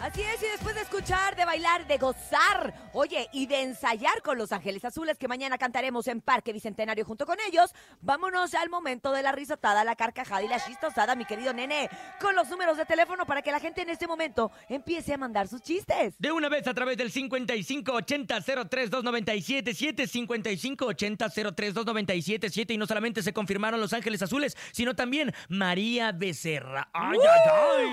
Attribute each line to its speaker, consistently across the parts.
Speaker 1: Así es, y después de escuchar, de bailar, de gozar, oye, y de ensayar con los Ángeles Azules, que mañana cantaremos en Parque Bicentenario junto con ellos, vámonos al momento de la risotada, la carcajada y la chistosada, mi querido nene, con los números de teléfono para que la gente en este momento empiece a mandar sus chistes.
Speaker 2: De una vez a través del 5580-032977, 5580-032977, y no solamente se confirmaron Los Ángeles Azules, sino también María Becerra. ¡Ay, ay, ay!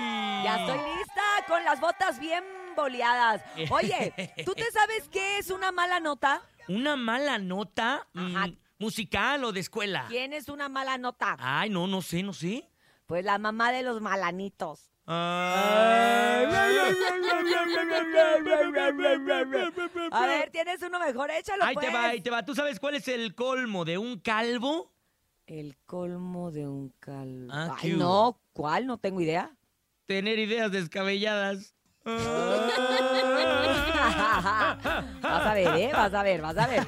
Speaker 1: Ya estoy lista con las botas bien boleadas. Oye, ¿tú te sabes qué es una mala nota?
Speaker 2: Una mala nota mm,
Speaker 1: Ajá.
Speaker 2: musical o de escuela.
Speaker 1: ¿Quién es una mala nota?
Speaker 2: Ay, no, no sé, no sé.
Speaker 1: Pues la mamá de los malanitos. A ver, tienes uno mejor, échalo
Speaker 2: Ahí te
Speaker 1: pues.
Speaker 2: va, ahí te va. ¿Tú sabes cuál es el colmo de un calvo?
Speaker 1: El colmo de un calvo.
Speaker 2: Ah,
Speaker 1: Ay,
Speaker 2: ¿qué
Speaker 1: no, ¿cuál? No tengo idea.
Speaker 2: Tener ideas descabelladas.
Speaker 1: Ah. vas a ver, ¿eh? Vas a ver, vas a ver.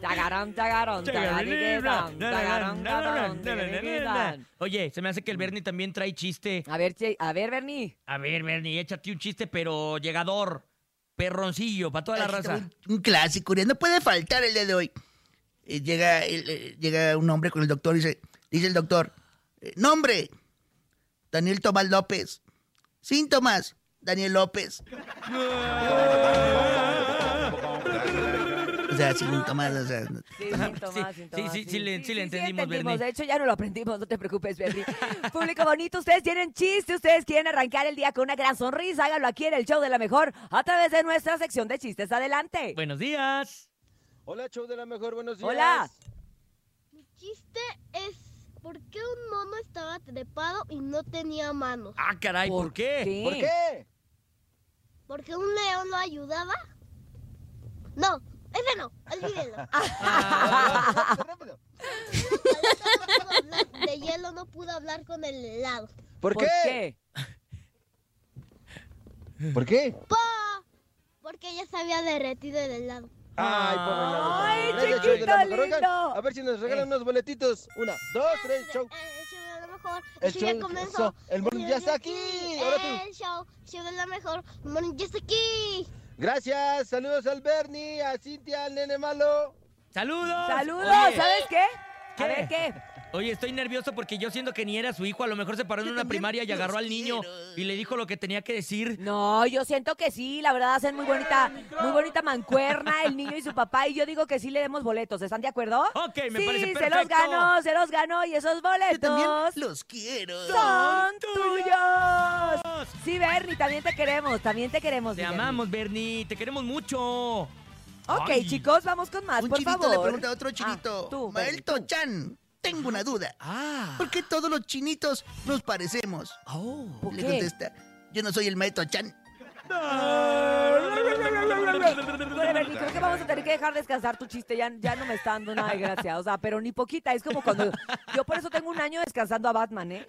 Speaker 1: Tagarón, tagarón, tagariguedan, tagarón, tagarón, tagariguedan.
Speaker 2: Oye, se me hace que el Bernie también trae chiste.
Speaker 1: A ver, che- a ver, Bernie.
Speaker 2: A ver, Bernie, échate un chiste, pero llegador, perroncillo, para toda la raza.
Speaker 3: Un, un clásico, ¿no? no puede faltar el día de hoy. Eh, llega, el- eh, llega un hombre con el doctor y dice, dice el doctor, eh, nombre, Daniel Tomás López. Síntomas, Daniel López. o sea, síntomas, o sea, no-
Speaker 1: Sí, síntomas,
Speaker 2: Sí, sí,
Speaker 1: síntomas,
Speaker 2: sí, sí, le- sí le entendimos, Bernie.
Speaker 1: De hecho, ya no lo aprendimos, no te preocupes, Bernie. Público bonito, ustedes tienen chiste, ustedes quieren arrancar el día con una gran sonrisa, háganlo aquí en el show de la mejor a través de nuestra sección de chistes. Adelante.
Speaker 2: Buenos días.
Speaker 4: Hola, show de la mejor, buenos días.
Speaker 1: Hola.
Speaker 5: Mi chiste es ¿por qué un mono estaba trepado y no tenía manos?
Speaker 2: Ah, caray, ¿por, qué?
Speaker 4: ¿Por qué?
Speaker 5: ¿Porque un león lo ayudaba? No, ese no, olvídelo.
Speaker 4: Ah, rápido.
Speaker 5: La lata no pudo hablar de hielo no pudo hablar con el helado.
Speaker 4: ¿Por
Speaker 1: ¿Por
Speaker 4: qué?
Speaker 1: qué?
Speaker 4: ¿Por qué?
Speaker 5: ¡Po! Porque ya se había derretido el helado.
Speaker 4: Ay, por el lado.
Speaker 1: Ay,
Speaker 4: Gracias, show de la
Speaker 1: chiquito
Speaker 4: mejor. Oigan,
Speaker 1: lindo.
Speaker 4: A ver si nos regalan unos boletitos. Una, dos, tres, show.
Speaker 5: Ah, El show de lo mejor.
Speaker 4: El
Speaker 5: El
Speaker 4: show
Speaker 5: show ya comenzó.
Speaker 4: comenzó. El morning ya está aquí. Ahora tú.
Speaker 5: El show, show de lo mejor. El morning ya está aquí.
Speaker 4: Gracias, saludos al Bernie, a Cintia, al nene malo.
Speaker 2: ¡Saludos!
Speaker 1: Saludos,
Speaker 2: Oye,
Speaker 1: ¿sabes qué?
Speaker 2: ¿Qué?
Speaker 1: A ver qué.
Speaker 2: Oye, estoy nervioso porque yo siento que ni era su hijo, a lo mejor se paró en
Speaker 3: Yo
Speaker 2: una
Speaker 3: también
Speaker 2: primaria y
Speaker 3: los
Speaker 2: agarró al niño
Speaker 3: quiero.
Speaker 2: y le dijo lo que tenía que decir.
Speaker 1: No, yo siento que sí, la verdad hacen muy bonita, muy bonita mancuerna el niño y su papá y yo digo que sí le demos boletos, ¿están de acuerdo?
Speaker 2: Ok, me
Speaker 1: sí, se
Speaker 2: parece
Speaker 1: los
Speaker 2: perfecto.
Speaker 1: ganó, se los ganó y esos
Speaker 3: Yo también
Speaker 1: boletos
Speaker 3: los quiero.
Speaker 1: son tuyos.
Speaker 2: tuyos.
Speaker 1: Sí, Bernie, también te queremos, también te queremos.
Speaker 2: Te
Speaker 1: mi Bernie.
Speaker 2: amamos, Bernie, te queremos mucho.
Speaker 1: Ok,
Speaker 2: Ay.
Speaker 1: chicos, vamos con más,
Speaker 3: Un
Speaker 1: por
Speaker 3: chinito
Speaker 1: favor.
Speaker 3: le pregunta a otro chinito.
Speaker 1: Ah, tú, Bernie,
Speaker 3: Maelto
Speaker 1: tú.
Speaker 3: Chan, tengo una duda.
Speaker 2: Ah.
Speaker 3: ¿Por qué todos los chinitos nos parecemos?
Speaker 2: Oh.
Speaker 1: ¿Por
Speaker 3: Le
Speaker 1: qué?
Speaker 3: contesta, yo no soy el Maelto Chan.
Speaker 1: Bueno, Bernie, creo que vamos a tener que dejar descansar tu chiste. Ya, ya no me está dando nada de gracia. O sea, pero ni poquita. Es como cuando. Yo por eso tengo un año descansando a Batman, ¿eh?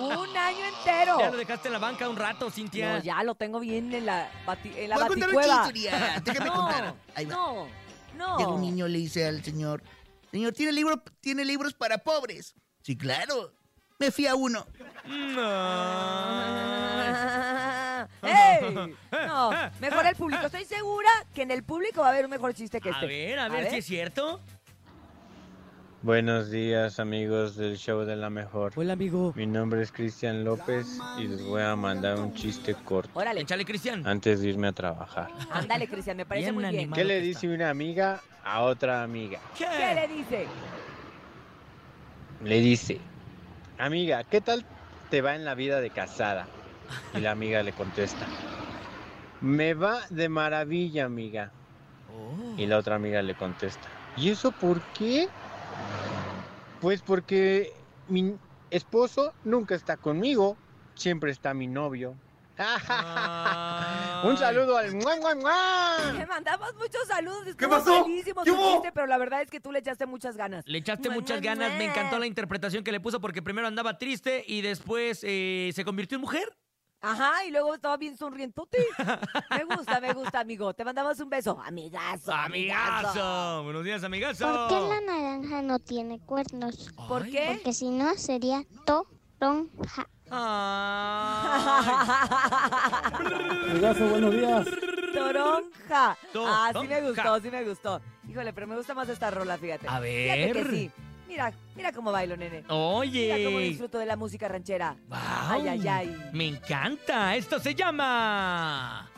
Speaker 1: Un año entero.
Speaker 2: Ya lo dejaste en la banca un rato, Cintia.
Speaker 1: No, ya lo tengo bien en la, bati- en la
Speaker 3: Voy a contar un
Speaker 1: baticueva.
Speaker 3: chiste, Uriah. Déjame
Speaker 1: No,
Speaker 3: contar. Ahí va.
Speaker 1: no, no.
Speaker 3: Llega un niño, le dice al señor, señor, ¿tiene, libro, ¿tiene libros para pobres? Sí, claro. Me fui a uno.
Speaker 2: No.
Speaker 1: Ah, ¡Ey! No, mejor el público. Estoy segura que en el público va a haber un mejor chiste que
Speaker 2: A
Speaker 1: este.
Speaker 2: ver, a ver si es cierto.
Speaker 6: Buenos días amigos del show de la mejor.
Speaker 1: Hola, amigo.
Speaker 6: Mi nombre es Cristian López y les voy a mandar un chiste corto
Speaker 1: Órale,
Speaker 2: Échale, Cristian.
Speaker 6: antes de irme a trabajar.
Speaker 1: ándale, Cristian, me parece
Speaker 2: Bien
Speaker 1: muy bien.
Speaker 2: animado.
Speaker 6: ¿Qué le
Speaker 2: que está.
Speaker 6: dice una amiga a otra amiga?
Speaker 1: ¿Qué le dice?
Speaker 6: Le dice, amiga, ¿qué tal te va en la vida de casada? Y la amiga le contesta, me va de maravilla amiga.
Speaker 2: Oh.
Speaker 6: Y la otra amiga le contesta, ¿y eso por qué? Pues porque mi esposo nunca está conmigo, siempre está mi novio.
Speaker 2: Ay. Ah.
Speaker 6: Un saludo al mua, mua, mua.
Speaker 1: Te mandamos muchos saludos. Estuvo
Speaker 7: pasó?
Speaker 1: buenísimo
Speaker 7: ¿Qué
Speaker 1: su
Speaker 7: hubo?
Speaker 1: chiste, pero la verdad es que tú le echaste muchas ganas.
Speaker 2: Le echaste
Speaker 1: Mua,
Speaker 2: muchas
Speaker 1: mua,
Speaker 2: ganas, me
Speaker 1: mua.
Speaker 2: encantó la interpretación que le puso porque primero andaba triste y después eh, se convirtió en mujer.
Speaker 1: Ajá, y luego estaba bien sonrientote. me gusta, me gusta, amigo. Te mandamos un beso. Amigazo.
Speaker 2: Amigazo. Buenos días, amigazo.
Speaker 5: naranja no tiene cuernos?
Speaker 1: ¿Por
Speaker 2: Ay.
Speaker 1: qué?
Speaker 5: si no sería toronja.
Speaker 2: Ay,
Speaker 7: Pegaso, buenos días.
Speaker 1: Toronja. Ah, sí
Speaker 2: Toronja.
Speaker 1: me gustó, sí me gustó. Híjole, pero me gusta más esta rola, fíjate.
Speaker 2: A
Speaker 1: Fíjate que
Speaker 2: ver.
Speaker 1: sí. Mira, mira cómo bailo, nene. Mira cómo
Speaker 2: Oye.
Speaker 1: disfruto de la música ranchera.
Speaker 2: Wow.
Speaker 1: Ay, ay, ay.
Speaker 2: Me encanta. Esto se llama.